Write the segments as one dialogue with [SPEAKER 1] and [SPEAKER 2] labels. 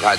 [SPEAKER 1] quite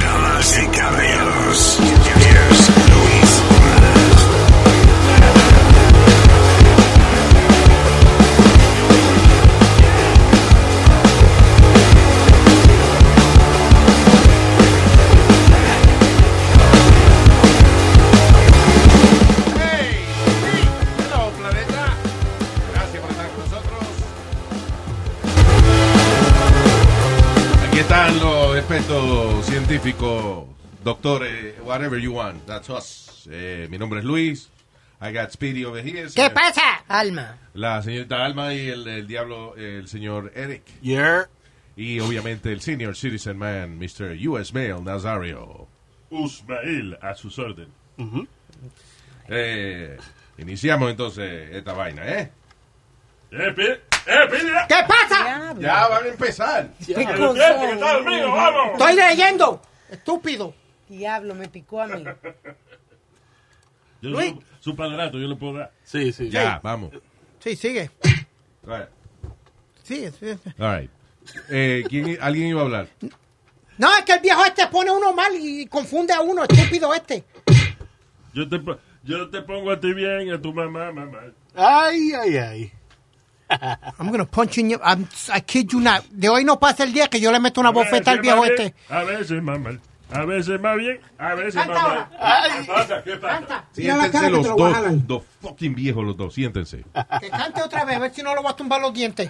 [SPEAKER 2] Damas y caballeros, here's Luis Blas.
[SPEAKER 3] ¡Hey! ¡Sí! ¡Hello, planeta! Gracias por estar con nosotros. Aquí están los expertos científicos, doctores, whatever you want. That's us. Eh, mi nombre es Luis. I got Speedy over here.
[SPEAKER 4] ¿Qué
[SPEAKER 3] Señor-
[SPEAKER 4] pasa, Alma?
[SPEAKER 3] La señorita Alma y el, el diablo, el señor Eric. Y obviamente el senior citizen man, Mr. U.S. Mail Nazario.
[SPEAKER 5] Usmael a sus órdenes.
[SPEAKER 3] Eh, iniciamos entonces esta vaina, ¿eh?
[SPEAKER 5] ¡Eh, pide! ¡Eh, pide!
[SPEAKER 4] ¿Qué pasa?
[SPEAKER 3] Ya van a empezar.
[SPEAKER 4] Qué
[SPEAKER 5] ¡El
[SPEAKER 4] cosa.
[SPEAKER 5] cliente que está dormido, vamos!
[SPEAKER 4] Estoy leyendo, estúpido.
[SPEAKER 6] Diablo, me picó a mí.
[SPEAKER 5] Yo,
[SPEAKER 4] Luis.
[SPEAKER 5] su, su padrato, yo le puedo dar.
[SPEAKER 7] Sí, sí.
[SPEAKER 3] Ya, vamos.
[SPEAKER 4] Sí, sigue.
[SPEAKER 3] All right.
[SPEAKER 4] Sigue, sigue.
[SPEAKER 3] All right. Eh, ¿quién- ¿Alguien iba a hablar?
[SPEAKER 4] No, es que el viejo este pone uno mal y confunde a uno, estúpido este.
[SPEAKER 5] Yo te, po- yo te pongo a ti bien y a tu mamá, mamá.
[SPEAKER 7] Ay, ay, ay.
[SPEAKER 4] I'm gonna punch you in your- I'm- I kid you not. De hoy no pasa el día que yo le meto una bofeta al
[SPEAKER 5] A veces
[SPEAKER 4] viejo
[SPEAKER 5] más bien,
[SPEAKER 4] este. Ah,
[SPEAKER 5] A veces más mal. A veces más bien, a veces
[SPEAKER 4] Canta
[SPEAKER 5] más mal. ¿Qué pasa? ¿Qué pasa?
[SPEAKER 3] Siéntense los dos. Dos fucking viejos los dos. Siéntense.
[SPEAKER 4] Que cante otra vez, a ver si no lo va a tumbar los dientes.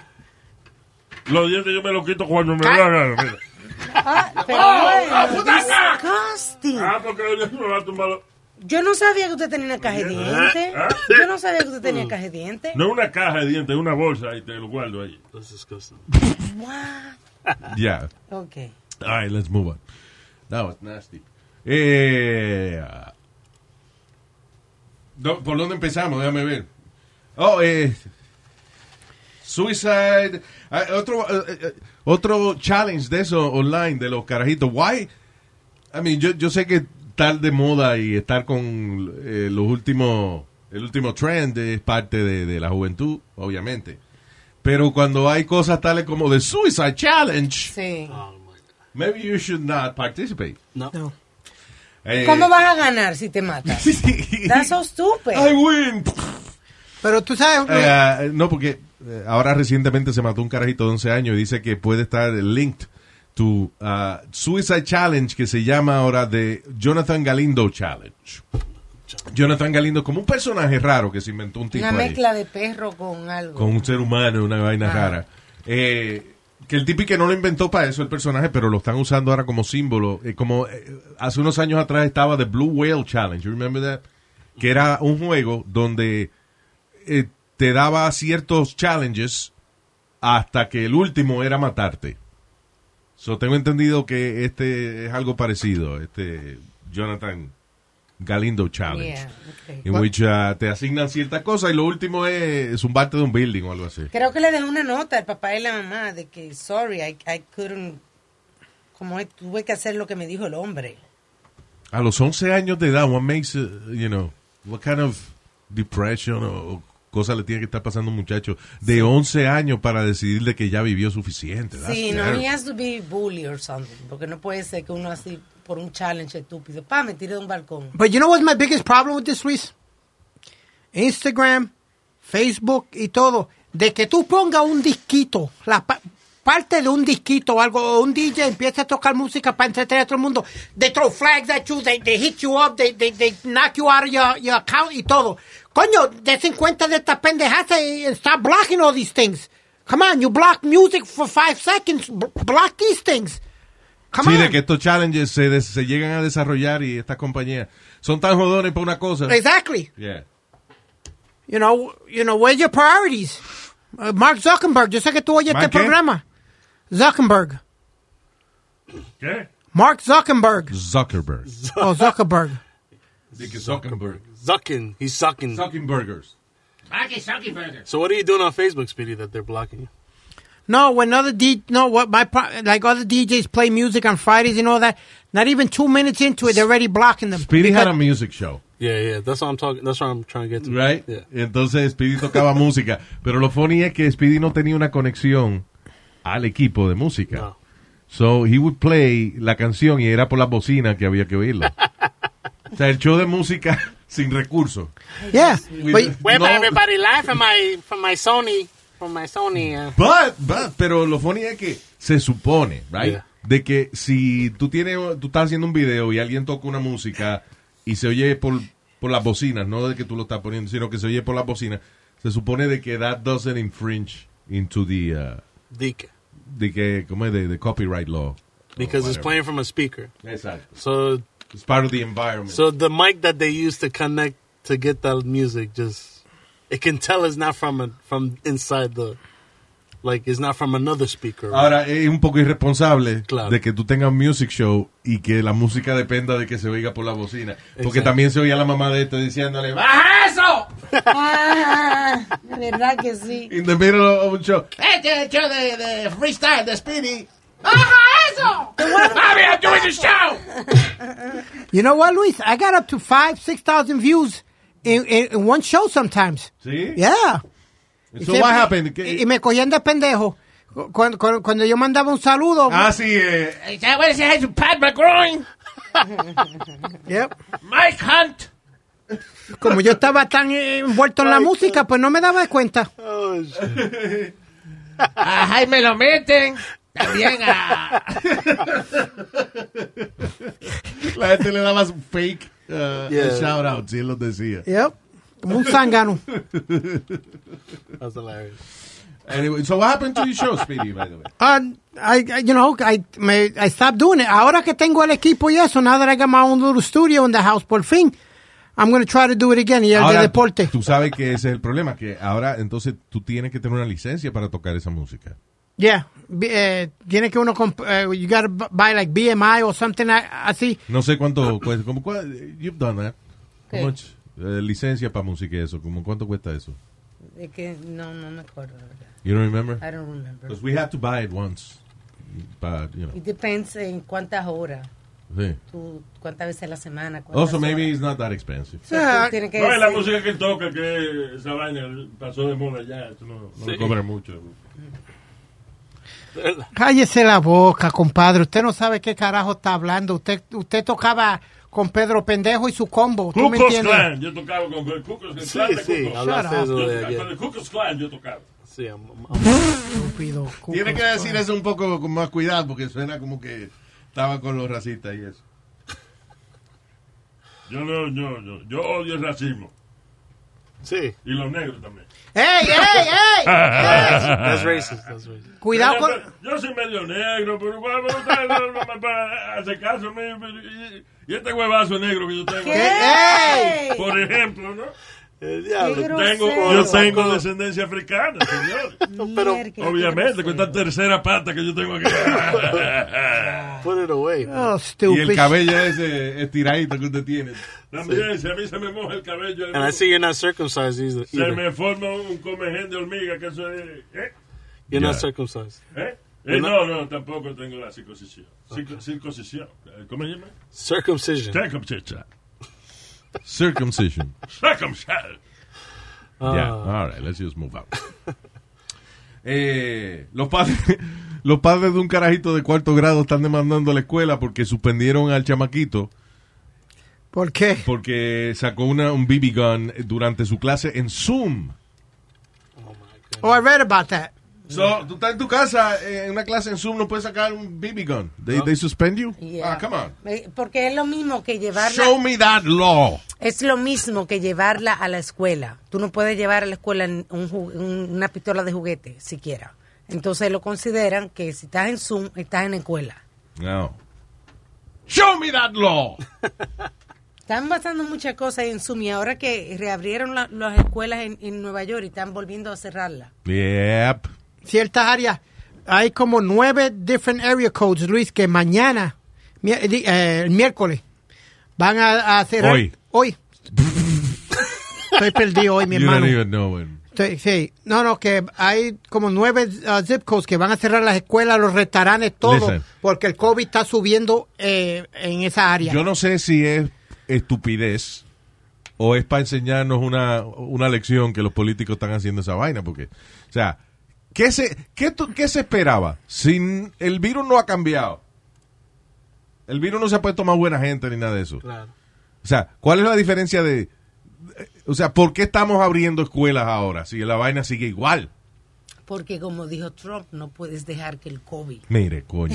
[SPEAKER 5] Los dientes yo me los quito cuando me da la gana. mira.
[SPEAKER 3] ¡Oh!
[SPEAKER 6] Ah, pero bueno, disgusting.
[SPEAKER 5] Ah, porque los dientes me van a tumbar. los-
[SPEAKER 6] Yo no sabía que usted tenía una
[SPEAKER 3] ¿Eh?
[SPEAKER 6] caja de dientes. Yo no sabía que usted
[SPEAKER 3] Mm.
[SPEAKER 6] tenía caja de dientes.
[SPEAKER 5] No es una caja de dientes, es una bolsa y te lo guardo ahí.
[SPEAKER 7] That's disgusting.
[SPEAKER 6] What?
[SPEAKER 3] Ya.
[SPEAKER 6] Ok.
[SPEAKER 3] All right, let's move on. That was nasty. Eh, do- ¿Por dónde empezamos? Déjame ver. Oh, eh, Suicide. ah, otro, eh, eh, otro challenge de eso online, de los carajitos. Why? I mean, yo, yo sé que estar de moda y estar con eh, los últimos, el último trend es parte de, de la juventud, obviamente. Pero cuando hay cosas tales como de Suicide Challenge.
[SPEAKER 6] Sí.
[SPEAKER 7] Oh, my God.
[SPEAKER 3] Maybe you should not participate.
[SPEAKER 7] No.
[SPEAKER 4] No.
[SPEAKER 3] Eh,
[SPEAKER 6] ¿Cómo vas a ganar si te matas? That's so stupid.
[SPEAKER 3] I win.
[SPEAKER 4] Pero tú sabes,
[SPEAKER 3] Eh, no, porque eh, ahora recientemente se mató un carajito de 11 años y dice que puede estar linked to uh, Suicide Challenge que se llama ahora de Jonathan Galindo Challenge. Jonathan Galindo como un personaje raro que se inventó un tipo
[SPEAKER 6] Una
[SPEAKER 3] ahí,
[SPEAKER 6] mezcla de perro con algo.
[SPEAKER 3] con un ser humano, una vaina
[SPEAKER 6] Ajá.
[SPEAKER 3] rara. Eh, que el tipo y que no lo inventó para eso el personaje, pero lo están usando ahora como símbolo. Eh, como eh, hace unos años atrás estaba The Blue Whale Challenge, you remember that? Que era un juego donde eh, te daba ciertos challenges hasta que el último era matarte. So tengo entendido que este es algo parecido, este Jonathan Galindo Challenge.
[SPEAKER 6] Yeah, ok.
[SPEAKER 3] En which uh, te asignan ciertas cosas y lo último es zumbarte de un building o algo así.
[SPEAKER 6] Creo que le dejó una nota al papá y la mamá de que, sorry, I, I couldn't. Como es, tuve que hacer lo que me dijo el hombre.
[SPEAKER 3] A los 11 años de edad, what makes, uh, you know, what kind of depression o, o cosa le tiene que estar pasando a un muchacho de 11 años para decidirle que ya vivió suficiente? That's
[SPEAKER 6] Sí, no,
[SPEAKER 3] terrible.
[SPEAKER 6] he has to be bully or something. Porque no puede ser que uno así, por un challenge estúpido, pa, me tire de un balcón.
[SPEAKER 4] But you know what's my biggest problem with this, Luis? Instagram, Facebook y todo. De que tú pongas un disquito, la pa- parte de un disquito o algo, o un DJ empieza a tocar música para entretener a todo el mundo. They throw flags at you, they, they hit you up, they, they, they knock you out of your, your account y todo. Coño, desen cuenta de estas pendejadas y and stop blocking all these things. Come on, you block music for five seconds, b- block these things. Come
[SPEAKER 3] Sí,
[SPEAKER 4] on.
[SPEAKER 3] de que estos challenges se, des- se llegan a desarrollar y estas compañías son tan jodones por una cosa.
[SPEAKER 4] Exactly.
[SPEAKER 3] Yeah.
[SPEAKER 4] You know, you know, where's your priorities? Uh, Mark Zuckerberg, yo sé que tú oyes
[SPEAKER 3] ¿Mark
[SPEAKER 4] este
[SPEAKER 3] qué?
[SPEAKER 4] programa. Zuckerberg.
[SPEAKER 5] ¿Qué?
[SPEAKER 4] Mark Zuckerberg.
[SPEAKER 3] Zuckerberg.
[SPEAKER 4] Oh, Zuckerberg.
[SPEAKER 3] Zuckerberg.
[SPEAKER 7] Zucking. He's sucking.
[SPEAKER 3] Zuckerbergers.
[SPEAKER 7] So what are you doing on Facebook, Speedy, that they're blocking you?
[SPEAKER 4] No, when other D, no, what my pro- like other DJs play music on Fridays and all that. Not even two minutes into it, they're already blocking them.
[SPEAKER 3] Speedy had a
[SPEAKER 4] Because-
[SPEAKER 3] music show.
[SPEAKER 7] Yeah, yeah. That's what I'm talking. That's what I'm trying to get to.
[SPEAKER 3] Right?
[SPEAKER 7] Yeah.
[SPEAKER 3] Entonces Speedy tocaba música. Pero lo funny es que Speedy no tenía una conexión al equipo de música.
[SPEAKER 7] No.
[SPEAKER 3] So he would play la canción y era por las bocinas que había que oírla. o sea, el show de música sin recursos.
[SPEAKER 4] yeah, but
[SPEAKER 1] Where
[SPEAKER 3] No.
[SPEAKER 1] everybody live from my from my Sony from my Sony. Uh,
[SPEAKER 3] But, but, pero lo funny es que se supone, right?
[SPEAKER 7] Yeah.
[SPEAKER 3] De que si tú tienes, tú estás haciendo un video y alguien toca una música y se oye por, por las bocinas, no de que tú lo estás poniendo, sino que se oye por las bocinas, se supone de que that doesn't infringe into the, uh,
[SPEAKER 7] Dica.
[SPEAKER 3] de que, ¿cómo es? De, de copyright law.
[SPEAKER 7] Because it's
[SPEAKER 3] whatever.
[SPEAKER 7] playing from a speaker.
[SPEAKER 3] Exacto.
[SPEAKER 7] So,
[SPEAKER 3] It's part of the environment.
[SPEAKER 7] so the mic that they use to connect to get that music just, it can tell it's not from a, from inside the, like it's not from another speaker.
[SPEAKER 3] Ahora es un poco irresponsable
[SPEAKER 7] Claro.
[SPEAKER 3] de que tú tengas un music show y que la música dependa de que se oiga por la bocina. Porque
[SPEAKER 7] Exacto.
[SPEAKER 3] también se oía la mamá de este diciéndole, "Baja
[SPEAKER 6] Ah, ¿Verdad que sí?
[SPEAKER 3] In the middle of un show.
[SPEAKER 4] you know what, Luis? I got up to five, six thousand views in, in, in one show sometimes.
[SPEAKER 3] ¿Sí?
[SPEAKER 4] Yeah.
[SPEAKER 3] So
[SPEAKER 4] Siempre-
[SPEAKER 3] what happened? ¿Qué-
[SPEAKER 4] Y, y me cogían de pendejo. Cu- Cuando, cuando- cuando yo mandaba un saludo.
[SPEAKER 3] Ah, sí. eh,
[SPEAKER 4] Yep. Como yo estaba tan eh, envuelto en la música, pues no me daba cuenta.
[SPEAKER 7] Oh, shit.
[SPEAKER 3] la gente le daba un fake uh,
[SPEAKER 7] Yeah.
[SPEAKER 3] shout out, si él los decía.
[SPEAKER 4] Yep. Como un zángano.
[SPEAKER 7] That's hilarious.
[SPEAKER 3] Anyway, so what happened to your show, Speedy, by the way?
[SPEAKER 4] Ah, I, I- you know, I, me, I stopped doing it. Ahora que tengo el equipo y eso, now that I got my own little studio in the house, por fin, I'm going to try to do it again. Y el de deporte.
[SPEAKER 3] Tú sabes que ese es el problema, que ahora entonces tú tienes que tener una licencia para tocar esa música.
[SPEAKER 4] Yeah. B- eh, tiene que uno, comp- eh, you got to buy like BMI o something a- así.
[SPEAKER 3] No sé cuánto cuesta. Como, cua- you've done that.
[SPEAKER 6] ¿Qué?
[SPEAKER 3] How much? Eh, licencia para música y eso. Como, ¿Cuánto cuesta eso?
[SPEAKER 6] Es que no, no me acuerdo, la verdad.
[SPEAKER 3] You don't remember?
[SPEAKER 6] I don't remember.
[SPEAKER 3] Because we had to buy it once. But, you know.
[SPEAKER 6] It depends en cuántas horas,
[SPEAKER 3] Sí.
[SPEAKER 6] tú, cuántas veces a la semana. cuántas
[SPEAKER 3] Also, maybe
[SPEAKER 6] horas.
[SPEAKER 3] it's not that expensive.
[SPEAKER 6] So, tú tienes que
[SPEAKER 5] No, es la
[SPEAKER 6] decir-
[SPEAKER 5] música que él toca, que esa vaina pasó de moda ya. Eso no, no le cobra mucho.
[SPEAKER 4] Cállese la boca, compadre. Usted no sabe qué carajo está hablando. Usted, usted tocaba con Pedro Pendejo y su combo. ¿Tú me
[SPEAKER 5] Cucos
[SPEAKER 4] entiendes?
[SPEAKER 5] Clan. Yo tocaba con el Cucos Clan.
[SPEAKER 7] Sí, sí.
[SPEAKER 5] Cucos.
[SPEAKER 7] Hablaste eso
[SPEAKER 5] Yo
[SPEAKER 7] de
[SPEAKER 5] tocaba Con el
[SPEAKER 7] ayer.
[SPEAKER 5] Cucos Clan yo tocaba.
[SPEAKER 7] Sí, I'm, I'm-
[SPEAKER 4] Estúpido, cuco.
[SPEAKER 3] Tiene que decir eso un poco con más cuidado porque suena como que estaba con los racistas y eso.
[SPEAKER 5] Yo no, yo, yo, yo odio el racismo.
[SPEAKER 7] sí.
[SPEAKER 5] Y los negros también.
[SPEAKER 4] ¡Ey, ey, ey!
[SPEAKER 7] That's racist. That's racist.
[SPEAKER 4] Cuidado
[SPEAKER 5] Yo-
[SPEAKER 4] con...
[SPEAKER 5] Yo soy medio negro, pero vamos ustedes no- no me pa- hace caso a mí, y- Y este huevazo negro que yo tengo.
[SPEAKER 4] ¡Ey!
[SPEAKER 5] Por ejemplo, ¿no?
[SPEAKER 7] Eh, diablo.
[SPEAKER 5] Tengo,
[SPEAKER 6] grosero.
[SPEAKER 5] yo tengo descendencia africana, señor.
[SPEAKER 7] pero-
[SPEAKER 6] Mierda, qué
[SPEAKER 5] Obviamente, con
[SPEAKER 6] grosero.
[SPEAKER 5] esta tercera pata que yo tengo aquí.
[SPEAKER 7] Put it away. man.
[SPEAKER 4] Oh,
[SPEAKER 3] Y el
[SPEAKER 4] stupid.
[SPEAKER 3] cabello ese estiradito que usted tiene.
[SPEAKER 5] También, si a mí se me moja el cabello,
[SPEAKER 7] And I see you're not circumcised either.
[SPEAKER 5] se
[SPEAKER 7] either.
[SPEAKER 5] me forma un comején de hormiga, que eso es... ¿eh?
[SPEAKER 7] You're not
[SPEAKER 3] Yeah.
[SPEAKER 7] circumcised.
[SPEAKER 5] ¿Eh? Eh, no, no, tampoco tengo la circuncisión. Circo- Circuncisión. Eh, ¿Cómo se llama?
[SPEAKER 7] Circumcision.
[SPEAKER 5] Circumcision.
[SPEAKER 3] Circumcision.
[SPEAKER 5] Circumcision.
[SPEAKER 7] Ah,
[SPEAKER 3] Yeah. All right, let's just move on. Eh, los, padres, los padres de un carajito de cuarto grado están demandando a la escuela porque suspendieron al chamaquito
[SPEAKER 4] ¿Por qué?
[SPEAKER 3] porque sacó una, un BB gun durante su clase en Zoom.
[SPEAKER 4] Oh, I read about that.
[SPEAKER 3] So, tú estás en tu casa, eh, en una clase en Zoom, no puedes sacar un BB gun. They, they suspend you?
[SPEAKER 6] Yeah.
[SPEAKER 3] Ah, come on.
[SPEAKER 6] Eh, Porque es lo mismo que llevarla,
[SPEAKER 3] Show me that law.
[SPEAKER 6] es lo mismo que llevarla a la escuela. Tú no puedes llevar a la escuela en un ju- un- una pistola de juguete siquiera. Entonces lo consideran que si estás en Zoom, estás en escuela.
[SPEAKER 3] No. Show me that law.
[SPEAKER 6] Están pasando muchas cosas en Zoom y ahora que reabrieron la- las escuelas en, en Nueva York y están volviendo a cerrarlas.
[SPEAKER 3] Yep.
[SPEAKER 4] Ciertas áreas. Hay como nueve different area codes, Luis, que mañana, mi- di- eh, el miércoles, van a, a cerrar.
[SPEAKER 3] Hoy.
[SPEAKER 4] Hoy. Estoy perdido hoy, mi
[SPEAKER 3] you don't
[SPEAKER 4] hermano.
[SPEAKER 3] even know it.
[SPEAKER 4] Sí, sí. no, no, que hay como nueve uh, zip codes que van a cerrar las escuelas, los restaurantes, todo,
[SPEAKER 3] Listen.
[SPEAKER 4] porque el COVID está subiendo eh, en esa área.
[SPEAKER 3] Yo no sé si es estupidez o es para enseñarnos una, una lección que los políticos están haciendo esa vaina, porque, o sea, ¿qué se, qué, tu- qué se esperaba? Si n- el virus no ha cambiado, el virus no se ha puesto más buena gente ni nada de eso.
[SPEAKER 7] Claro.
[SPEAKER 3] O sea, ¿cuál es la diferencia de, de- o sea, ¿por qué estamos abriendo escuelas ahora si la vaina sigue igual?
[SPEAKER 6] Porque como dijo Trump, no puedes dejar que el COVID
[SPEAKER 3] Mire, coño.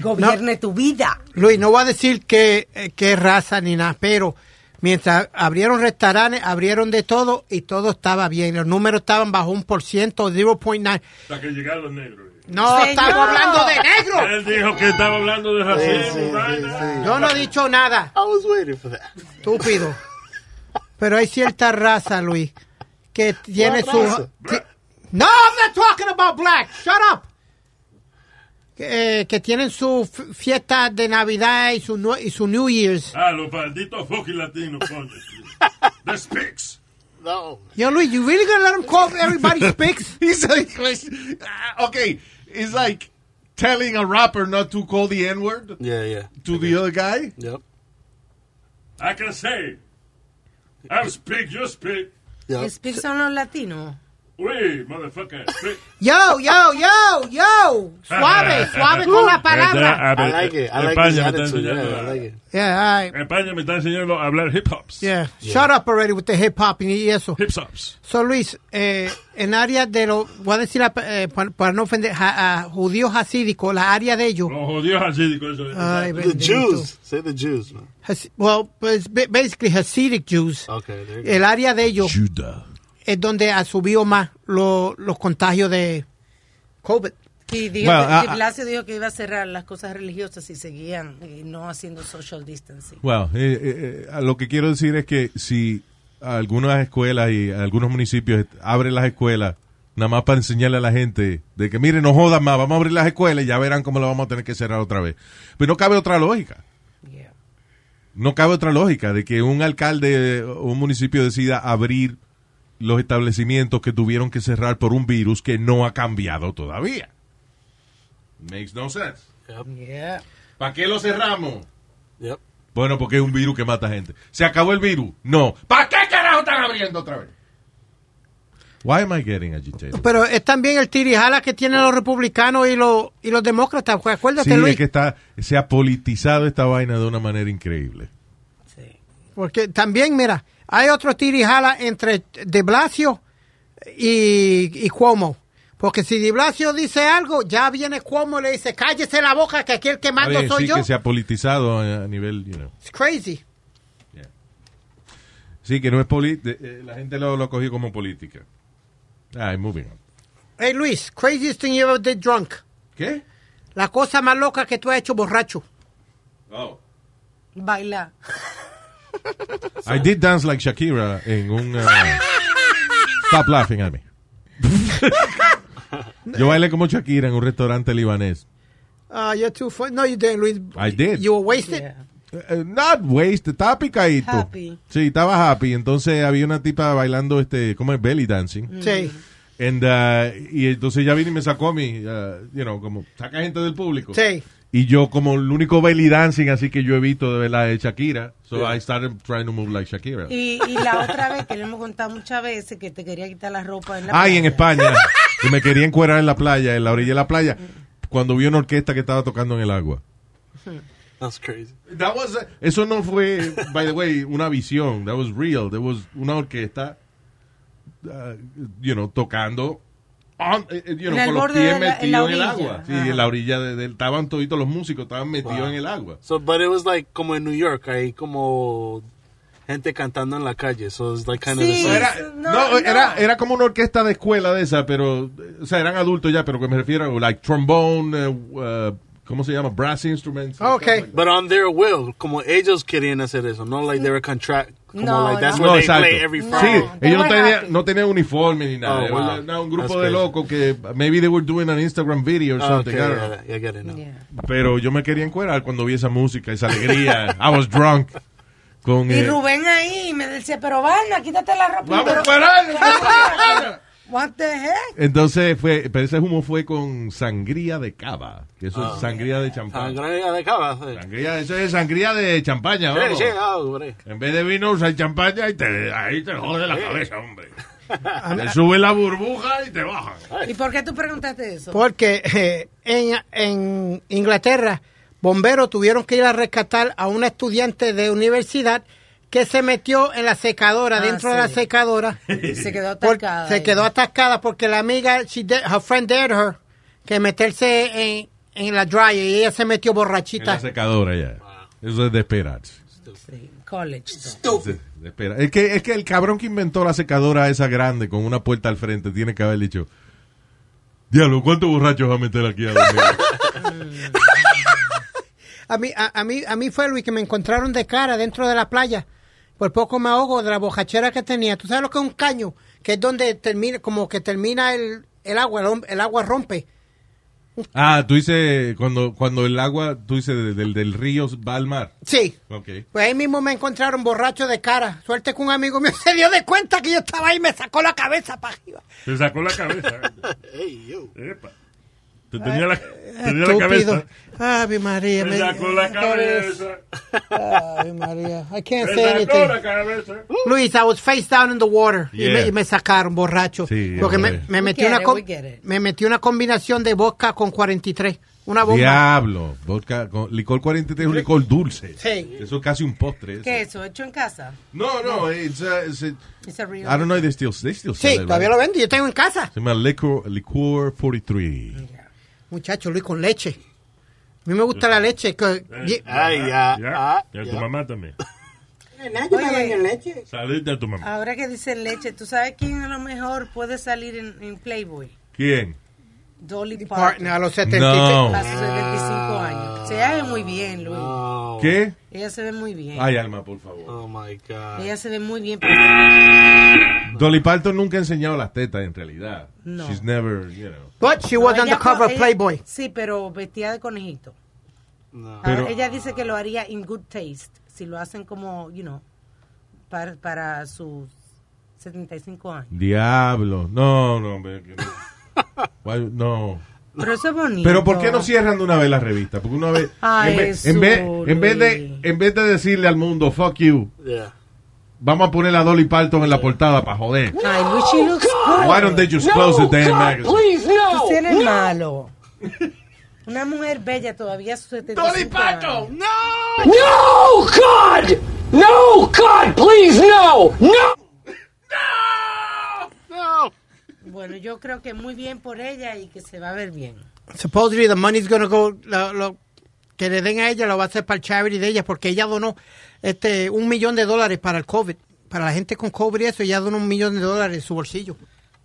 [SPEAKER 6] gobierne tu vida.
[SPEAKER 4] Luis, no voy a decir qué, eh, qué raza ni nada, pero mientras abrieron restaurantes, abrieron de todo y todo estaba bien. Los números estaban bajo un por ciento, 0.9.
[SPEAKER 5] Hasta que llegaron los negros. eh.
[SPEAKER 4] No,
[SPEAKER 6] Señor.
[SPEAKER 4] estamos hablando de negro.
[SPEAKER 5] Él dijo que estaba hablando de
[SPEAKER 7] Sí, sí,
[SPEAKER 5] racismo.
[SPEAKER 7] sí,
[SPEAKER 5] vaina.
[SPEAKER 4] Yo no he dicho nada,
[SPEAKER 7] I was waiting for that.
[SPEAKER 4] estúpido. Pero hay cierta raza, Luis, que tiene
[SPEAKER 7] ¿Cuál
[SPEAKER 4] su...
[SPEAKER 7] raza?
[SPEAKER 4] ti- No, I'm not talking about black. Shut up. Que, eh, que tienen su f- fiesta de Navidad y su, nue- y su New Year's.
[SPEAKER 5] Ah, los malditos fucking latinos, coño. The Speaks.
[SPEAKER 7] No.
[SPEAKER 4] Yo, Luis, you really gonna let them call everybody speaks?
[SPEAKER 3] He's like, ah, okay, it's like telling a rapper not to call the N word
[SPEAKER 7] Yeah, yeah.
[SPEAKER 3] to the other guy.
[SPEAKER 7] Yep.
[SPEAKER 5] I can say. I speak, you speak.
[SPEAKER 7] Yep.
[SPEAKER 6] Speak son los latinos.
[SPEAKER 5] We, motherfucker, speak.
[SPEAKER 4] Yo, yo, yo, yo. Suave, suave con la palabra.
[SPEAKER 5] A ver,
[SPEAKER 7] I like it. I like his
[SPEAKER 5] España me está
[SPEAKER 7] attitude.
[SPEAKER 5] enseñando
[SPEAKER 7] Yeah, I
[SPEAKER 5] a-
[SPEAKER 7] like it.
[SPEAKER 4] Yeah, all right.
[SPEAKER 5] España me está enseñando a hablar hip hops.
[SPEAKER 4] Yeah. Shut up already with the hip hop y eso.
[SPEAKER 5] Hip hops.
[SPEAKER 4] So, Luis, eh, en área de los, voy a decir, la- eh, pa- para no ofender, ja- a judíos hasídicos, la área de ellos.
[SPEAKER 5] Los jodidos hasídicos. eso es.
[SPEAKER 4] Ay,
[SPEAKER 7] The
[SPEAKER 4] bendito.
[SPEAKER 7] Jews. Say the Jews, man.
[SPEAKER 4] Has- well, it's ba- basically Hasidic Jews.
[SPEAKER 7] Okay, there you
[SPEAKER 4] El área de ellos
[SPEAKER 3] Judah.
[SPEAKER 4] es donde ha subido más lo- los contagios de COVID.
[SPEAKER 6] Y dijo,
[SPEAKER 3] Bueno,
[SPEAKER 6] que-
[SPEAKER 3] ah,
[SPEAKER 6] de Blasio dijo que iba a cerrar las cosas religiosas si seguían eh, no haciendo social distancing.
[SPEAKER 3] Well, eh, eh, eh, lo que quiero decir es que si algunas escuelas y algunos municipios abren las escuelas, nada más para enseñarle a la gente de que, mire, no jodan más, vamos a abrir las escuelas y ya verán cómo las vamos a tener que cerrar otra vez. Pero no cabe otra lógica.
[SPEAKER 6] Yeah.
[SPEAKER 3] No cabe otra lógica de que un alcalde o un municipio decida abrir los establecimientos que tuvieron que cerrar por un virus que no ha cambiado todavía. Makes no sense.
[SPEAKER 7] go. Yep.
[SPEAKER 6] Yeah.
[SPEAKER 3] ¿Para qué lo cerramos?
[SPEAKER 7] Yep.
[SPEAKER 3] Bueno, porque es un virus que mata gente. ¿Se acabó el virus? No. ¿Para qué carajo están abriendo otra vez? Why am I getting agitated?
[SPEAKER 4] Pero es también el tirijala que tienen los republicanos y los, y los demócratas. Pues Acuérdate,
[SPEAKER 3] Sí,
[SPEAKER 4] Luis.
[SPEAKER 3] es que está, se ha politizado esta vaina de una manera increíble.
[SPEAKER 6] Sí.
[SPEAKER 4] Porque también, mira, hay otro tirijala entre De Blasio y, y Cuomo. Porque si De Blasio dice algo, ya viene Cuomo y le dice, cállese la boca, que aquí el que mando
[SPEAKER 3] Oye,
[SPEAKER 4] soy
[SPEAKER 3] sí
[SPEAKER 4] yo.
[SPEAKER 3] que se ha politizado a, a nivel, you know.
[SPEAKER 4] It's crazy.
[SPEAKER 3] yeah. Sí, que no es política. La gente lo, lo ha cogido como política. Ah, moving on.
[SPEAKER 4] Hey, Luis, craziest thing you ever did drunk.
[SPEAKER 3] ¿Qué?
[SPEAKER 4] La cosa más loca que tú has hecho borracho.
[SPEAKER 3] Oh.
[SPEAKER 6] Baila.
[SPEAKER 3] I did dance like Shakira en un. uh, Stop laughing at me. Yo bailé como Shakira en un restaurante libanés.
[SPEAKER 4] Ah, you're too funny. No, you didn't, Luis.
[SPEAKER 3] I did.
[SPEAKER 4] You were wasted.
[SPEAKER 6] Yeah.
[SPEAKER 3] Eh, not waste, estaba picadito.
[SPEAKER 6] Happy.
[SPEAKER 3] Sí, estaba happy. Entonces había una tipa bailando, este, ¿cómo es? Belly dancing.
[SPEAKER 6] Mm.
[SPEAKER 4] Sí.
[SPEAKER 3] And, uh, y entonces ella vino y me sacó a mí, uh, you know, como saca gente del público.
[SPEAKER 4] Sí.
[SPEAKER 3] Y yo como el único belly dancing así que yo evito de verdad es Shakira. So I started trying to move like Shakira.
[SPEAKER 6] Y, y la otra vez que le hemos contado muchas veces que te quería quitar la ropa en la
[SPEAKER 3] Ay, en
[SPEAKER 6] playa.
[SPEAKER 3] España. Y me quería encuerar en la playa, en la orilla de la playa, cuando vi una orquesta que estaba tocando en el agua.
[SPEAKER 7] That's crazy.
[SPEAKER 3] That was- eso no fue, by the way, una visión. That was real. There was una orquesta, uh, you know, tocando. on- eh, eh, you know,
[SPEAKER 6] En el
[SPEAKER 3] con los
[SPEAKER 6] borde
[SPEAKER 3] pies
[SPEAKER 6] de la-
[SPEAKER 3] metidos
[SPEAKER 6] en
[SPEAKER 3] en,
[SPEAKER 6] la
[SPEAKER 3] el
[SPEAKER 6] orilla.
[SPEAKER 3] agua. Sí,
[SPEAKER 6] Ajá.
[SPEAKER 3] en la orilla de- del- estaban toditos los músicos, estaban metidos
[SPEAKER 7] Wow.
[SPEAKER 3] en el agua.
[SPEAKER 7] So, but it was like como en New York, hay como gente cantando en la calle. So it's like kind of the
[SPEAKER 6] Sí.
[SPEAKER 7] same.
[SPEAKER 3] Era, no,
[SPEAKER 6] No, no.
[SPEAKER 3] Era, era como una orquesta de escuela de esa, pero, eh, o sea, eran adultos ya, pero que me refiero, like trombone, eh, uh, ¿cómo se llama? Brass instruments.
[SPEAKER 4] Ok.
[SPEAKER 7] But on their will, como ellos querían hacer eso, no like they were contract, como
[SPEAKER 6] No,
[SPEAKER 7] like that's
[SPEAKER 6] no.
[SPEAKER 7] what
[SPEAKER 3] No,
[SPEAKER 7] they
[SPEAKER 3] exacto.
[SPEAKER 7] play every
[SPEAKER 6] No.
[SPEAKER 7] Friday.
[SPEAKER 3] Sí, ellos no
[SPEAKER 6] were
[SPEAKER 3] tenían,
[SPEAKER 6] happy.
[SPEAKER 3] no tenían uniforme ni nada.
[SPEAKER 7] Oh, wow.
[SPEAKER 3] Era- Era un grupo
[SPEAKER 7] That's
[SPEAKER 3] de
[SPEAKER 7] crazy.
[SPEAKER 3] locos que maybe they were doing an Instagram video or
[SPEAKER 7] Oh,
[SPEAKER 3] something.
[SPEAKER 7] okay,
[SPEAKER 3] I don't know.
[SPEAKER 7] yeah, yeah, I get it now.
[SPEAKER 6] Yeah.
[SPEAKER 3] Pero yo me quería encuerar cuando vi esa música, esa alegría. I was drunk. con
[SPEAKER 6] Y
[SPEAKER 3] eh,
[SPEAKER 6] Rubén ahí me decía, pero Vanna, quítate la ropa.
[SPEAKER 3] Vamos
[SPEAKER 6] pero-
[SPEAKER 3] a parar.
[SPEAKER 6] What the heck?
[SPEAKER 3] Entonces fue, pero ese humo fue con sangría de cava, que eso
[SPEAKER 7] Ah.
[SPEAKER 3] es sangría de champán.
[SPEAKER 7] Sangría de cava. sí.
[SPEAKER 3] Sangría, eso es sangría de champaña,
[SPEAKER 7] eh. Sí,
[SPEAKER 3] vamos.
[SPEAKER 7] sí, ah, hombre.
[SPEAKER 3] En vez de vino usa champaña y te, ahí te jode la cabeza, hombre. Te sube la burbuja y te baja.
[SPEAKER 6] ¿Y por qué tú preguntaste eso?
[SPEAKER 4] Porque eh, en, en Inglaterra, bomberos tuvieron que ir a rescatar a una estudiante de universidad que se metió en la secadora,
[SPEAKER 6] Ah,
[SPEAKER 4] dentro de la
[SPEAKER 6] sí.
[SPEAKER 4] secadora.
[SPEAKER 6] Se quedó
[SPEAKER 4] Por-
[SPEAKER 6] atacada.
[SPEAKER 4] se
[SPEAKER 6] ahí.
[SPEAKER 4] quedó atascada porque la amiga, she did- her friend dared her, que meterse en, en la dryer y ella se metió
[SPEAKER 3] En
[SPEAKER 4] borrachita.
[SPEAKER 3] la secadora ya. Eso es de esperarse.
[SPEAKER 6] Sí, college. though.
[SPEAKER 3] Sí, de espera. Es que, es que el cabrón que inventó la secadora esa grande con una puerta al frente tiene que haber dicho, diablo, ¿cuántos borrachos va a meter aquí a dormir?
[SPEAKER 4] A mí, a, a mí, a mí fue Luis que me encontraron de cara dentro de la playa. Por poco me ahogo de la bojachera que tenía. ¿Tú sabes lo que es un caño? Que es donde termina, como que termina el, el agua, el, hom- el agua rompe.
[SPEAKER 3] ah, tú dices, cuando, cuando el agua, tú dices, del, del- del río va al mar.
[SPEAKER 4] Sí.
[SPEAKER 3] Ok.
[SPEAKER 4] Pues ahí mismo me encontraron borracho de cara. Suerte que un amigo mío se dio de cuenta que yo estaba ahí y me sacó la cabeza para arriba.
[SPEAKER 5] Te sacó la cabeza.
[SPEAKER 7] Hey, yo.
[SPEAKER 5] Epa. Te tenía la, tenía la
[SPEAKER 4] Estúpido.
[SPEAKER 5] cabeza.
[SPEAKER 4] Ave María.
[SPEAKER 5] Te sacó la cabeza.
[SPEAKER 4] Ave María. I can't
[SPEAKER 5] Te
[SPEAKER 4] say
[SPEAKER 5] sacó la
[SPEAKER 4] anything.
[SPEAKER 5] cabeza.
[SPEAKER 4] Luis, I was face down in the water. Y,
[SPEAKER 3] Yeah.
[SPEAKER 4] me, y me sacaron borracho.
[SPEAKER 3] Sí,
[SPEAKER 4] porque
[SPEAKER 3] yeah.
[SPEAKER 4] me, me
[SPEAKER 6] We
[SPEAKER 4] metí
[SPEAKER 6] get
[SPEAKER 4] una
[SPEAKER 6] it,
[SPEAKER 4] com-
[SPEAKER 6] we get it.
[SPEAKER 4] me metí una combinación de vodka con 43. Una bomba.
[SPEAKER 3] Diablo, vodka, con, licor 43 es un licor dulce.
[SPEAKER 4] Sí.
[SPEAKER 3] Eso es casi un postre. eso.
[SPEAKER 6] ¿Qué es eso? ¿Hecho en casa?
[SPEAKER 3] No, no, it's a- it's a-
[SPEAKER 6] It's a real-
[SPEAKER 3] I don't know if they still, they still
[SPEAKER 4] Sí,
[SPEAKER 3] sell it,
[SPEAKER 4] todavía
[SPEAKER 3] right?
[SPEAKER 4] lo vendo. Yo tengo en casa.
[SPEAKER 3] Se llama Liquor, liquor 43.
[SPEAKER 4] Muchacho, Luis, con leche. A mí me gusta la leche. que-
[SPEAKER 6] Eh.
[SPEAKER 4] y-
[SPEAKER 7] Ay, ya.
[SPEAKER 5] Ya,
[SPEAKER 7] ah,
[SPEAKER 5] y a tu
[SPEAKER 7] ya.
[SPEAKER 5] mamá también.
[SPEAKER 6] Oye,
[SPEAKER 5] Saliste a tu mamá.
[SPEAKER 6] ahora que dicen leche, ¿tú sabes quién a lo mejor puede salir en, en Playboy?
[SPEAKER 3] ¿Quién?
[SPEAKER 6] Dolly Parton.
[SPEAKER 4] partner a los 75.
[SPEAKER 3] No.
[SPEAKER 6] A sus 75 años. Se ve muy bien, Luis.
[SPEAKER 7] Oh,
[SPEAKER 3] ¿Qué?
[SPEAKER 6] Ella se ve muy bien.
[SPEAKER 3] Ay, Alma, por favor.
[SPEAKER 7] oh my God.
[SPEAKER 6] Ella se ve muy bien. pero-
[SPEAKER 3] Dolly Parton nunca ha enseñado las tetas, en realidad.
[SPEAKER 6] No.
[SPEAKER 3] She's never, you know.
[SPEAKER 4] But she was
[SPEAKER 6] No,
[SPEAKER 4] on
[SPEAKER 6] ella
[SPEAKER 4] the cover
[SPEAKER 6] co-
[SPEAKER 4] of
[SPEAKER 6] ella-
[SPEAKER 4] Playboy.
[SPEAKER 6] Sí, pero vestida de conejito.
[SPEAKER 7] No.
[SPEAKER 3] Pero-
[SPEAKER 6] Ahora, ella dice que lo haría in good taste. Si lo hacen como, you know, para, para sus 75 años.
[SPEAKER 3] Diablo. No, no, hombre. que no. Why- no.
[SPEAKER 6] Pero eso es bonito.
[SPEAKER 3] Pero ¿por qué no cierran de una vez la revista? Porque una vez,
[SPEAKER 6] Ay,
[SPEAKER 3] en, vez, en, vez, en vez de,
[SPEAKER 6] Zuli.
[SPEAKER 3] en vez de decirle al mundo, fuck you,
[SPEAKER 7] Yeah.
[SPEAKER 3] vamos a poner a Dolly Parton en la portada para joder.
[SPEAKER 6] Ay, Luis, she looks good.
[SPEAKER 3] Why don't they just close the damn magazine?
[SPEAKER 1] Please, no.
[SPEAKER 6] Usted no es malo. Una mujer bella todavía a sus 75
[SPEAKER 3] Dolly Parton,
[SPEAKER 6] años.
[SPEAKER 1] No, God! No, God, please, no! No!
[SPEAKER 6] Bueno, yo creo que muy bien por ella y que se va a ver bien.
[SPEAKER 4] Supposedly the money's gonna go, lo, lo que le den a ella lo va a hacer para el charity de ella, porque ella donó este un millón de dólares para el COVID. Para la gente con COVID y eso, ella donó un millón de dólares en su bolsillo.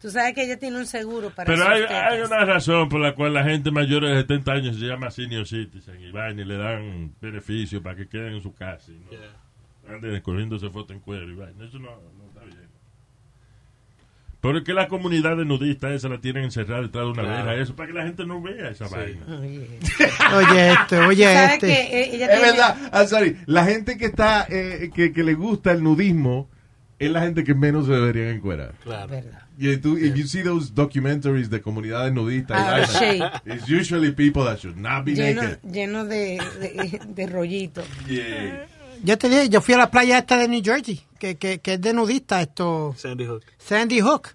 [SPEAKER 6] Tú sabes que ella tiene un seguro para
[SPEAKER 5] Pero
[SPEAKER 6] sus
[SPEAKER 5] hay,
[SPEAKER 6] tetas.
[SPEAKER 5] hay una razón por la cual la gente mayor de 70 años se llama senior citizen y van y le dan beneficio para que queden en su casa. y ¿no? Anden cogiéndose fotos en cuero y vaina. Eso no, no está bien. Pero es que la comunidad de nudistas esa la tienen encerrada detrás de una
[SPEAKER 7] Claro.
[SPEAKER 5] verja, eso para que la gente no vea esa vaina.
[SPEAKER 6] Oye.
[SPEAKER 4] Oye, este,
[SPEAKER 6] Tú
[SPEAKER 4] oye,
[SPEAKER 6] sabes
[SPEAKER 4] este.
[SPEAKER 6] que eh, ella
[SPEAKER 3] Es
[SPEAKER 6] tiene...
[SPEAKER 3] verdad. I'm sorry. La gente que está, eh, que, que le gusta el nudismo, es la gente que menos se deberían encuerar.
[SPEAKER 7] Claro.
[SPEAKER 6] verdad.
[SPEAKER 3] Y tú, if you see those documentaries de comunidades nudistas,
[SPEAKER 6] Ah,
[SPEAKER 3] y vaina,
[SPEAKER 6] shit.
[SPEAKER 3] it's usually people that should not be
[SPEAKER 6] Lleno,
[SPEAKER 3] naked.
[SPEAKER 6] lleno de, de, de rollito.
[SPEAKER 3] Yeah.
[SPEAKER 4] Yo te dije, yo fui a la playa esta de New Jersey, que, que, que es de nudista, esto,
[SPEAKER 7] Sandy Hook.
[SPEAKER 4] Sandy Hook,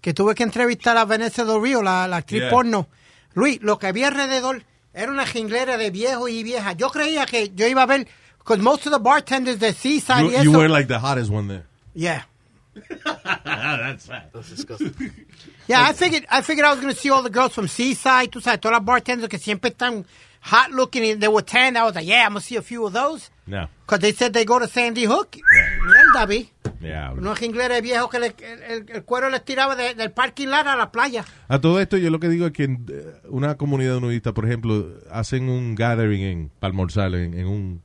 [SPEAKER 4] que tuve que entrevistar a Vanessa Del Río, la, la actriz
[SPEAKER 3] Yeah.
[SPEAKER 4] porno. Luis, lo que había alrededor era una jinglera de viejos y viejas. Yo creía que yo iba a ver, because most of the bartenders de Seaside y
[SPEAKER 3] You,
[SPEAKER 4] eso.
[SPEAKER 3] you were like the hottest one there.
[SPEAKER 4] Yeah.
[SPEAKER 7] That's disgusting.
[SPEAKER 4] Yeah, I figured I figured I was going to see all the girls from Seaside, tú sabes, todas las bartenders que siempre están hot looking and they were tan. I was like, yeah, I'm going to see a few of those.
[SPEAKER 3] No.
[SPEAKER 4] Because they said they go to Sandy Hook. Mierda, vi.
[SPEAKER 3] Yeah, bro.
[SPEAKER 4] Unos jingleres viejos que le- el, el- el cuero les tiraba de- del parking lot a la playa.
[SPEAKER 3] A todo esto, yo lo que digo es que eh, una comunidad nudista, por ejemplo, hacen un gathering en Palmorzal, en, en un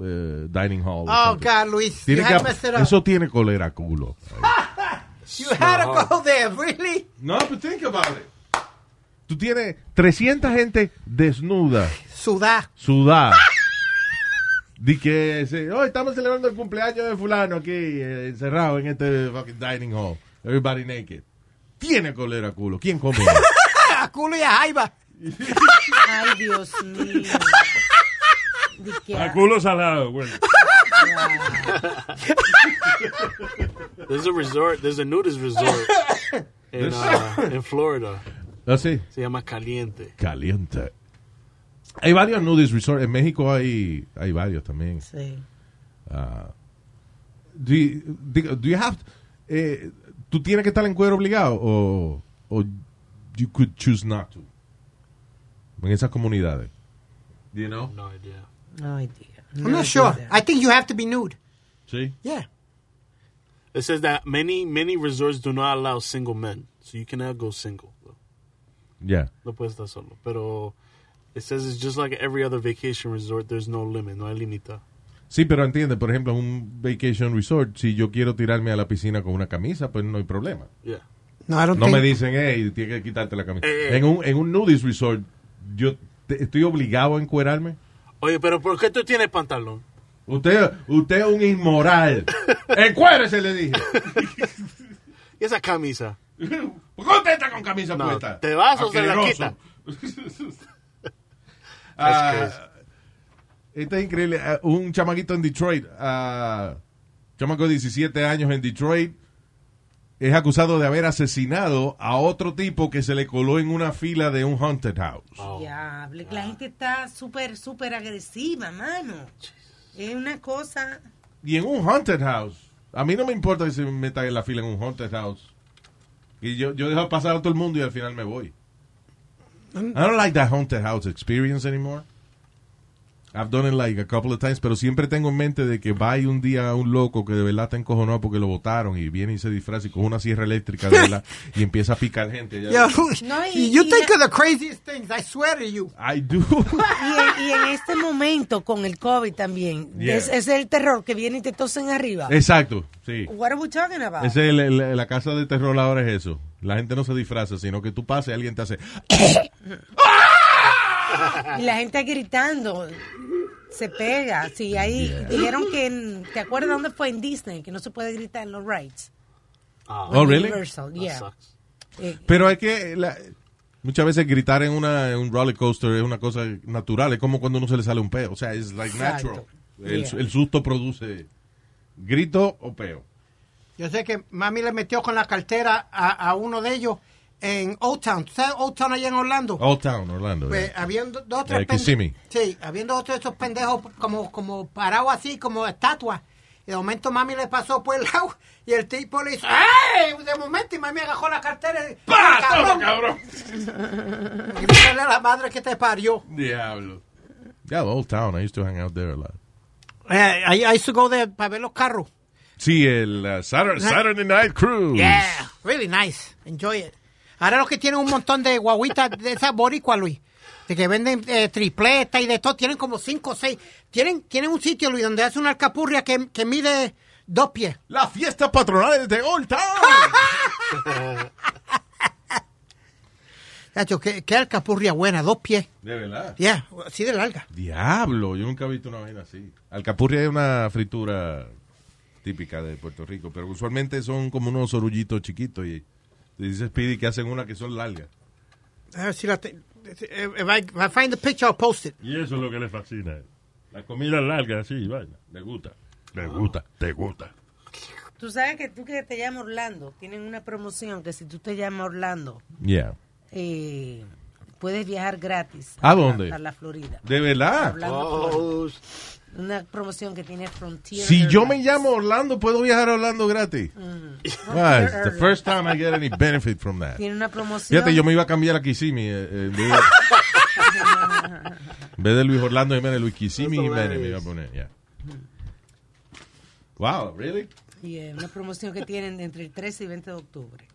[SPEAKER 3] eh, dining hall. or
[SPEAKER 4] Oh,
[SPEAKER 3] something.
[SPEAKER 4] God, Luis.
[SPEAKER 3] Tiene
[SPEAKER 4] you had
[SPEAKER 3] que-
[SPEAKER 4] to mess it up.
[SPEAKER 3] eso tiene colera culo.
[SPEAKER 4] you had to go there, really?
[SPEAKER 3] No, but think about it. Tú tienes 300 gente desnuda,
[SPEAKER 4] Sudá.
[SPEAKER 3] sudada,
[SPEAKER 5] Di que, sí, hoy estamos celebrando el cumpleaños de fulano aquí, eh, encerrado en este fucking dining hall. Everybody naked. Tiene colera culo. ¿Quién come?
[SPEAKER 4] A culo y a jaiba.
[SPEAKER 6] Ay, Dios mío. Di que-
[SPEAKER 5] Ah,
[SPEAKER 3] A culo salado, güey.
[SPEAKER 7] There's a resort. There's a nudist resort in uh, in Florida.
[SPEAKER 5] Así.
[SPEAKER 7] Se llama Caliente.
[SPEAKER 5] Caliente. Hay varios nudist resorts. En México hay, hay varios también.
[SPEAKER 6] Sí.
[SPEAKER 5] Do you, do- do you have, eh, ¿Tú tienes que estar en cuero obligado o, o you could choose not to? En esas comunidades. You know?
[SPEAKER 7] No idea.
[SPEAKER 6] Ay, Dios.
[SPEAKER 4] I'm not sure. I think you have to be nude.
[SPEAKER 5] Sí.
[SPEAKER 4] Yeah.
[SPEAKER 7] It says that many many resorts do not allow single men, so you cannot go single.
[SPEAKER 5] Yeah.
[SPEAKER 7] No puedes estar solo. Pero it says it's just like every other vacation resort. There's no limit. No hay limita.
[SPEAKER 5] Sí, pero entiende, por ejemplo, en un vacation resort, si yo quiero tirarme a la piscina con una camisa, pues no hay problema.
[SPEAKER 7] Yeah.
[SPEAKER 4] No, I don't
[SPEAKER 5] No
[SPEAKER 4] think.
[SPEAKER 5] me dicen, hey, tienes que quitarte la camisa.
[SPEAKER 7] Eh, eh.
[SPEAKER 5] En, un, en un nudist resort, yo te- estoy obligado a encuerarme.
[SPEAKER 7] Oye, pero ¿por qué tú tienes pantalón?
[SPEAKER 5] Usted, usted es un inmoral. Encuérese, le dije.
[SPEAKER 7] Y esa camisa.
[SPEAKER 5] ¿Por qué usted está con camisa
[SPEAKER 7] No,
[SPEAKER 5] puesta?
[SPEAKER 7] te vas o se la
[SPEAKER 5] Asqueroso. Ah, esto es increíble. Ah, un chamaquito en Detroit, ah, chamaco de 17 años en Detroit, es acusado de haber asesinado a otro tipo que se le coló en una fila de un haunted house.
[SPEAKER 6] Diable, que la gente está súper, súper agresiva, mano. Es una cosa.
[SPEAKER 5] Y en un haunted house. A mí no me importa si me meta en la fila en un haunted house. Y yo, yo dejo pasar a todo el mundo y al final me voy. I don't like that haunted house experience anymore. I've done it like a couple of times, pero siempre tengo en mente de que va y un día a un loco que de verdad está encojonado porque lo botaron y viene y se disfraza y con una sierra eléctrica de verdad y empieza a picar gente.
[SPEAKER 4] Yo,
[SPEAKER 5] Ya-
[SPEAKER 6] No, y-
[SPEAKER 4] you
[SPEAKER 6] y-
[SPEAKER 4] think of the craziest things, I swear to you.
[SPEAKER 5] I do.
[SPEAKER 6] Y en, y en este momento, con el COVID también,
[SPEAKER 5] Yeah. Eh.
[SPEAKER 6] es, es el terror que viene y te tosen arriba.
[SPEAKER 5] Exacto, sí.
[SPEAKER 6] What are we talking about?
[SPEAKER 5] Ese es el- el- la casa de terror ahora es eso. La gente no se disfraza, sino que tú pasas y alguien te hace...
[SPEAKER 6] Y la gente gritando. Se pega. Sí, ahí dijeron que. en- ¿Te acuerdas dónde fue? En Disney, que no se puede gritar en los rights.
[SPEAKER 7] Ah,
[SPEAKER 5] Oh, really?
[SPEAKER 6] Universal,
[SPEAKER 7] that
[SPEAKER 6] yeah.
[SPEAKER 7] sucks.
[SPEAKER 6] Eh,
[SPEAKER 5] Pero es que la- muchas veces gritar en, una, en un roller coaster es una cosa natural. Es como cuando uno se le sale un peo. O sea, es like
[SPEAKER 6] Exacto.
[SPEAKER 5] natural. El,
[SPEAKER 6] Yeah.
[SPEAKER 5] el susto produce grito o peo.
[SPEAKER 4] Yo sé que mami le metió con la cartera a, a uno de ellos en Old Town. ¿Tú ¿Sabes Old Town allá en
[SPEAKER 3] Oh,
[SPEAKER 4] Orlando?
[SPEAKER 5] Old Town, Orlando.
[SPEAKER 4] Pues
[SPEAKER 5] yeah.
[SPEAKER 4] habiendo dos o
[SPEAKER 5] La
[SPEAKER 4] tres
[SPEAKER 5] de
[SPEAKER 4] pen-
[SPEAKER 5] eh, Kissimmee.
[SPEAKER 4] Sí, habiendo dos o tres esos pendejos como, como parados así, como estatuas. Y de momento mami le pasó por el lado y el tipo le hizo ¡Ay! De momento y mami agarró la cartera y
[SPEAKER 5] ¡Pah!
[SPEAKER 4] ¡Ah,
[SPEAKER 5] Toma,
[SPEAKER 4] cabrón!
[SPEAKER 5] cabrón!
[SPEAKER 4] Grítale a la madre que te parió.
[SPEAKER 5] Diablo. Yeah, Old Town. I used to hang out there a lot.
[SPEAKER 4] Eh, I, I used to go there para ver los carros.
[SPEAKER 5] Sí, el uh, Saturday, Saturday Night Cruise.
[SPEAKER 4] Yeah, really nice. Enjoy it. Ahora los que tienen un montón de guaguitas de esas boricuas, Luis, de que venden eh, tripletas y de todo, tienen como cinco o seis. Tienen, tienen un sitio, Luis, donde hace una alcapurria que, que mide dos pies.
[SPEAKER 5] La fiesta patronal de Old Town.
[SPEAKER 4] Cacho, qué, qué alcapurria buena, dos pies.
[SPEAKER 5] de verdad.
[SPEAKER 4] Yeah, así de larga.
[SPEAKER 5] Diablo, yo nunca he visto una vaina así. Alcapurria es una fritura típica de Puerto Rico, pero usualmente son como unos orullitos chiquitos y te dice Speedy que hacen una que son largas.
[SPEAKER 4] A ver si la te- eh, if I, if I find the picture, I'll post it.
[SPEAKER 3] Y eso es lo que le fascina. a él. La comida larga, así, vaina. Le gusta. Le gusta. Te gusta.
[SPEAKER 6] Tú sabes que tú que te llamas Orlando, tienen una promoción que si tú te llamas Orlando,
[SPEAKER 5] Yeah.
[SPEAKER 6] eh, puedes viajar gratis.
[SPEAKER 5] ¿A dónde?
[SPEAKER 6] A la Florida.
[SPEAKER 5] De verdad.
[SPEAKER 6] Orlando, Florida.
[SPEAKER 7] Oh,
[SPEAKER 6] Una promoción que tiene Frontier.
[SPEAKER 5] Si yo me
[SPEAKER 6] Airlines.
[SPEAKER 5] llamo Orlando, puedo viajar a Orlando gratis. Wow, it's the first time I get any benefit from that.
[SPEAKER 6] Tiene una promoción.
[SPEAKER 5] Fíjate, yo me iba a cambiar a Kissimmee. eh, eh, en vez de- en vez de Luis Orlando Jiménez, Luis Kissimmee
[SPEAKER 7] That's
[SPEAKER 5] Jiménez me iba a
[SPEAKER 7] hilarious.
[SPEAKER 5] poner. yeah. Wow, really?
[SPEAKER 6] Yeah, eh, una promoción que tienen entre el 13 y 20 de octubre.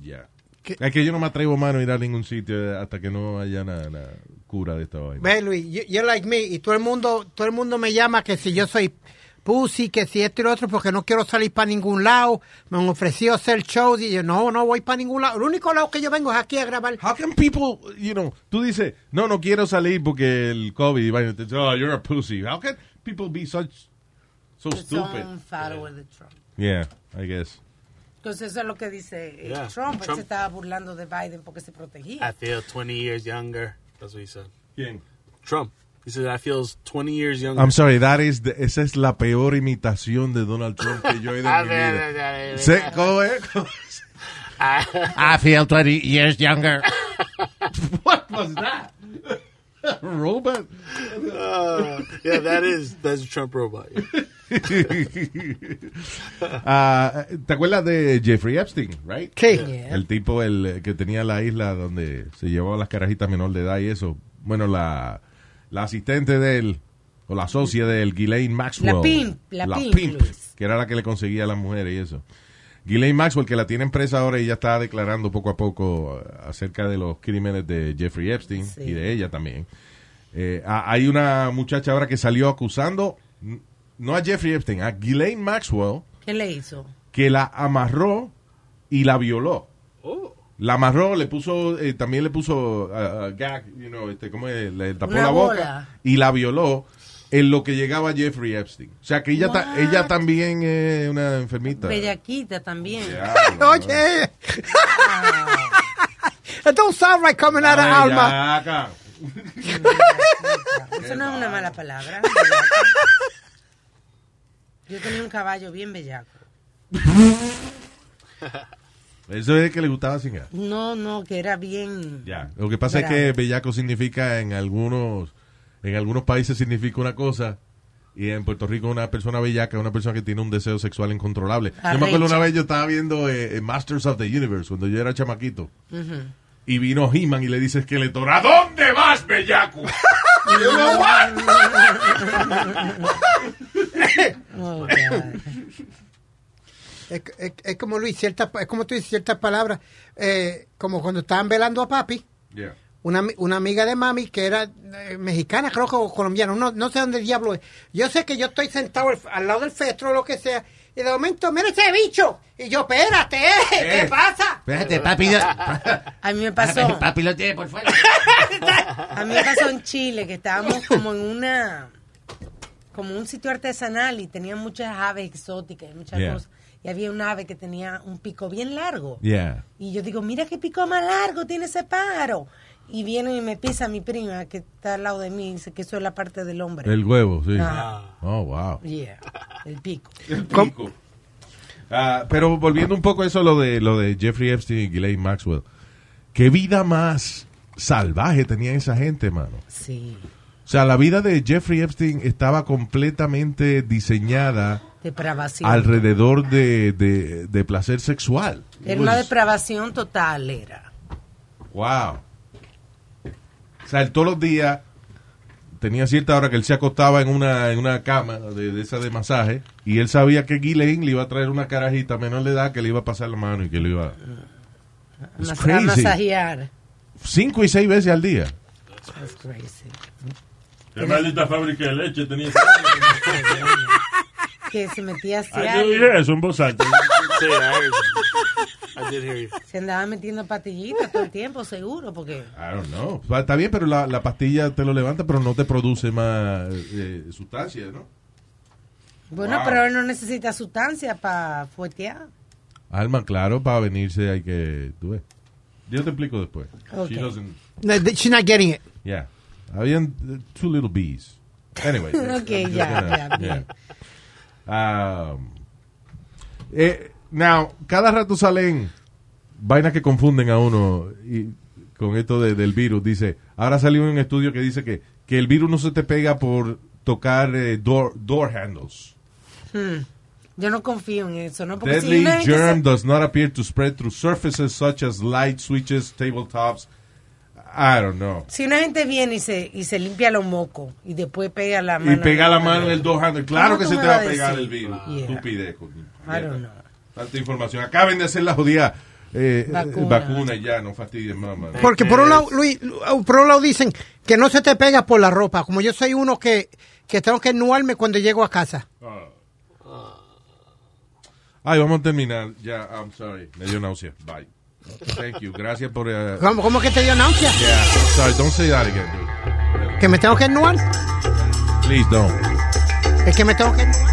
[SPEAKER 5] Ya.
[SPEAKER 4] ¿Qué?
[SPEAKER 5] Es que yo no me atrevo, mano, a ir a ningún sitio eh, hasta que no haya nada cura de esta vaina.
[SPEAKER 4] Ve, Luis, you- you're like me, y todo el mundo, todo el mundo me llama que si yo soy pussy, que si esto y lo otro, porque no quiero salir para ningún lado. Me han ofrecido hacer shows y yo, no, no voy para ningún lado. El único lado que yo vengo es aquí a grabar.
[SPEAKER 5] How can people, you know, tú dices, no, no quiero salir porque el COVID, y vaina, te dice, oh, you're a pussy. How can people be such so
[SPEAKER 6] The
[SPEAKER 5] stupid?
[SPEAKER 6] song follower the Trump.
[SPEAKER 5] Yeah, I guess.
[SPEAKER 6] Entonces eso es lo que dice eh,
[SPEAKER 7] Yeah,
[SPEAKER 6] Trump. Él
[SPEAKER 7] Trump. Ah,
[SPEAKER 6] se estaba burlando de Biden porque se protegía.
[SPEAKER 7] I feel 20 years younger. That's what he said.
[SPEAKER 5] ¿Quién?
[SPEAKER 7] Trump. He said, I feel 20 years younger.
[SPEAKER 5] I'm sorry, that is the- esa es la peor imitación de Donald Trump que yo he
[SPEAKER 7] Ah,
[SPEAKER 5] oído en mi vida. Se- ¿Cómo es? I feel 20 years younger. What was that? Robot.
[SPEAKER 7] Uh, yeah, that is that's a Trump robot. Yeah.
[SPEAKER 5] Ah, ¿Te acuerdas de Jeffrey Epstein, right?
[SPEAKER 4] Sí.
[SPEAKER 6] Yeah.
[SPEAKER 5] El tipo el eh, que tenía la isla donde se llevaba las carajitas menor de edad y eso. Bueno, la, la asistente de él, o la socia de él, Ghislaine Maxwell.
[SPEAKER 6] La pimp, la pimp, Luis.
[SPEAKER 5] que era la que le conseguía a las mujeres y eso. Ghislaine Maxwell, que la tiene en presa ahora y ya está declarando poco a poco eh, acerca de los crímenes de Jeffrey Epstein
[SPEAKER 6] Sí.
[SPEAKER 5] y de ella también. Eh, ha- hay una muchacha ahora que salió acusando, n- no a Jeffrey Epstein, a Ghislaine Maxwell,
[SPEAKER 6] ¿Qué le hizo?
[SPEAKER 5] que la amarró y la violó.
[SPEAKER 7] Oh.
[SPEAKER 5] La amarró, le puso, eh, también le puso uh, uh, gag, you know, este, ¿cómo es? Le tapó
[SPEAKER 6] Una
[SPEAKER 5] la boca
[SPEAKER 6] bola.
[SPEAKER 5] y la violó en lo que llegaba Jeffrey Epstein. O sea que ella, ta-
[SPEAKER 6] What?
[SPEAKER 5] ella también es una enfermita.
[SPEAKER 6] Bellaquita también.
[SPEAKER 5] Diablo, ¿no?
[SPEAKER 4] Oye. It don't sound like coming out of
[SPEAKER 5] Ay,
[SPEAKER 4] Alma.
[SPEAKER 5] ya, acá.
[SPEAKER 6] Eso no es una mala palabra. Yo tenía un caballo bien bellaco.
[SPEAKER 5] Eso es que le gustaba sin gas.
[SPEAKER 6] No, no, que era bien.
[SPEAKER 5] Ya. Lo que pasa
[SPEAKER 6] Bravo.
[SPEAKER 5] es que bellaco significa en algunos, en algunos países significa una cosa. Y en Puerto Rico una persona bellaca es una persona que tiene un deseo sexual incontrolable. Yo me acuerdo
[SPEAKER 6] Arrecha.
[SPEAKER 5] una vez yo estaba viendo eh, Masters of the Universe cuando yo era chamaquito. Y vino He-Man y le dice Esqueletor, ¿a dónde vas, bellaco? y yo, "What?"
[SPEAKER 6] Oh, God.
[SPEAKER 4] Es, es- es como Luis, cierta, es como tú dices ciertas palabras. eh, como cuando estaban velando a papi,
[SPEAKER 5] Yeah.
[SPEAKER 4] una, ami- una amiga de mami que era eh, mexicana, creo que o colombiana, no, no sé dónde diablo es. Yo sé que yo estoy sentado al, al lado del festro o lo que sea, y de momento, mira ese bicho. Y yo, espérate, eh, ¿qué
[SPEAKER 5] Eh.
[SPEAKER 4] pasa?
[SPEAKER 5] Espérate, papi. yo-
[SPEAKER 6] A mí me pasó.
[SPEAKER 5] Ah, papi lo tiene por fuera.
[SPEAKER 6] A mí me pasó en Chile que estábamos como en una como un sitio artesanal y tenía muchas aves exóticas y muchas
[SPEAKER 5] Yeah.
[SPEAKER 6] cosas. Y había un ave que tenía un pico bien largo.
[SPEAKER 5] Yeah.
[SPEAKER 6] Y yo digo, mira qué pico más largo tiene ese pájaro. Y viene y me pisa mi prima que está al lado de mí y dice que eso es la parte del hombre.
[SPEAKER 5] El huevo, sí.
[SPEAKER 7] Ah.
[SPEAKER 6] Ajá.
[SPEAKER 5] Oh, wow.
[SPEAKER 6] Yeah, el pico.
[SPEAKER 5] pico. Ah, pero volviendo un poco a eso, lo de, lo de Jeffrey Epstein y Ghislaine Maxwell. ¿Qué vida más salvaje tenía esa gente, mano?
[SPEAKER 6] Sí,
[SPEAKER 5] O sea, la vida de Jeffrey Epstein estaba completamente diseñada
[SPEAKER 6] depravación.
[SPEAKER 5] alrededor de, de- de placer sexual. Pues,
[SPEAKER 6] Era una
[SPEAKER 5] It was-
[SPEAKER 6] depravación total, era.
[SPEAKER 5] Wow. O sea, él todos los días tenía cierta hora que él se acostaba en una, en una cama de, de esa de masaje y él sabía que Ghislaine le iba a traer una carajita menor de edad que le iba a pasar la mano y que le iba It's
[SPEAKER 6] Mas-
[SPEAKER 5] crazy.
[SPEAKER 6] Masajear.
[SPEAKER 5] cinco y seis veces al día.
[SPEAKER 6] That's crazy.
[SPEAKER 8] Qué maldita fábrica de leche tenía.
[SPEAKER 6] Que se metía hacia
[SPEAKER 8] Ay, yo dije eso en voz alta.
[SPEAKER 7] Say it, I, heard you. I did hear you.
[SPEAKER 6] Se andaba metiendo patillitas todo el tiempo, seguro, porque
[SPEAKER 5] I don't know. O sea, Está bien, pero la, la pastilla te lo levanta, pero no te produce más eh, sustancia, ¿no?
[SPEAKER 6] bueno,
[SPEAKER 5] Wow.
[SPEAKER 6] pero él no necesita sustancia para fuetear.
[SPEAKER 5] Alma, claro, para venirse hay que... Tú ves. Yo te explico después.
[SPEAKER 6] Ok.
[SPEAKER 5] She doesn't-
[SPEAKER 4] No, she's not getting it.
[SPEAKER 5] Yeah. Habían uh, two little bees. Anyway.
[SPEAKER 6] Ok,
[SPEAKER 5] I'm just
[SPEAKER 6] ya,
[SPEAKER 5] gonna-
[SPEAKER 6] ya, bien.
[SPEAKER 5] yeah. Um, eh, now, cada rato salen vainas que confunden a uno y con esto de- del virus. Dice, ahora salió un estudio que dice que, que el virus no se te pega por tocar eh, door, door handles.
[SPEAKER 6] Yo no confío en eso, ¿no? Porque si
[SPEAKER 5] Deadly
[SPEAKER 6] una vez que
[SPEAKER 5] germ
[SPEAKER 6] se-
[SPEAKER 5] does not appear to spread through surfaces such as light switches, tabletops. I don't know.
[SPEAKER 6] si una gente viene y se, y se limpia los mocos y después pega la mano.
[SPEAKER 5] y pega la mano en el dos handles. Claro
[SPEAKER 6] ¿Cómo
[SPEAKER 5] que
[SPEAKER 6] tú
[SPEAKER 5] se
[SPEAKER 6] me
[SPEAKER 5] te va
[SPEAKER 6] vas
[SPEAKER 5] a
[SPEAKER 6] a
[SPEAKER 5] pegar
[SPEAKER 6] decir?
[SPEAKER 5] el virus.
[SPEAKER 6] Yeah.
[SPEAKER 5] Estupidez. coño.
[SPEAKER 6] I don't know.
[SPEAKER 5] Tanta información. Acaben de hacer la jodida eh, eh,
[SPEAKER 6] Vacuna.
[SPEAKER 5] vacuna. ya, no fastidien más. mano.
[SPEAKER 4] Porque por un lado, Luis, uh, por un lado dicen que no se te pega por la ropa. Como yo soy uno que, que tengo que ennuarme cuando llego a casa.
[SPEAKER 5] Ay, vamos a terminar. Ya, I'm sorry. Me dio náusea. Bye. Thank you. Gracias por... eh,
[SPEAKER 4] ¿Cómo, cómo que te dio náusea?
[SPEAKER 5] yeah. Sorry, don't say that again, dude.
[SPEAKER 4] ¿Que me tengo que ennuar?
[SPEAKER 5] Please don't.
[SPEAKER 4] Es que me tengo que...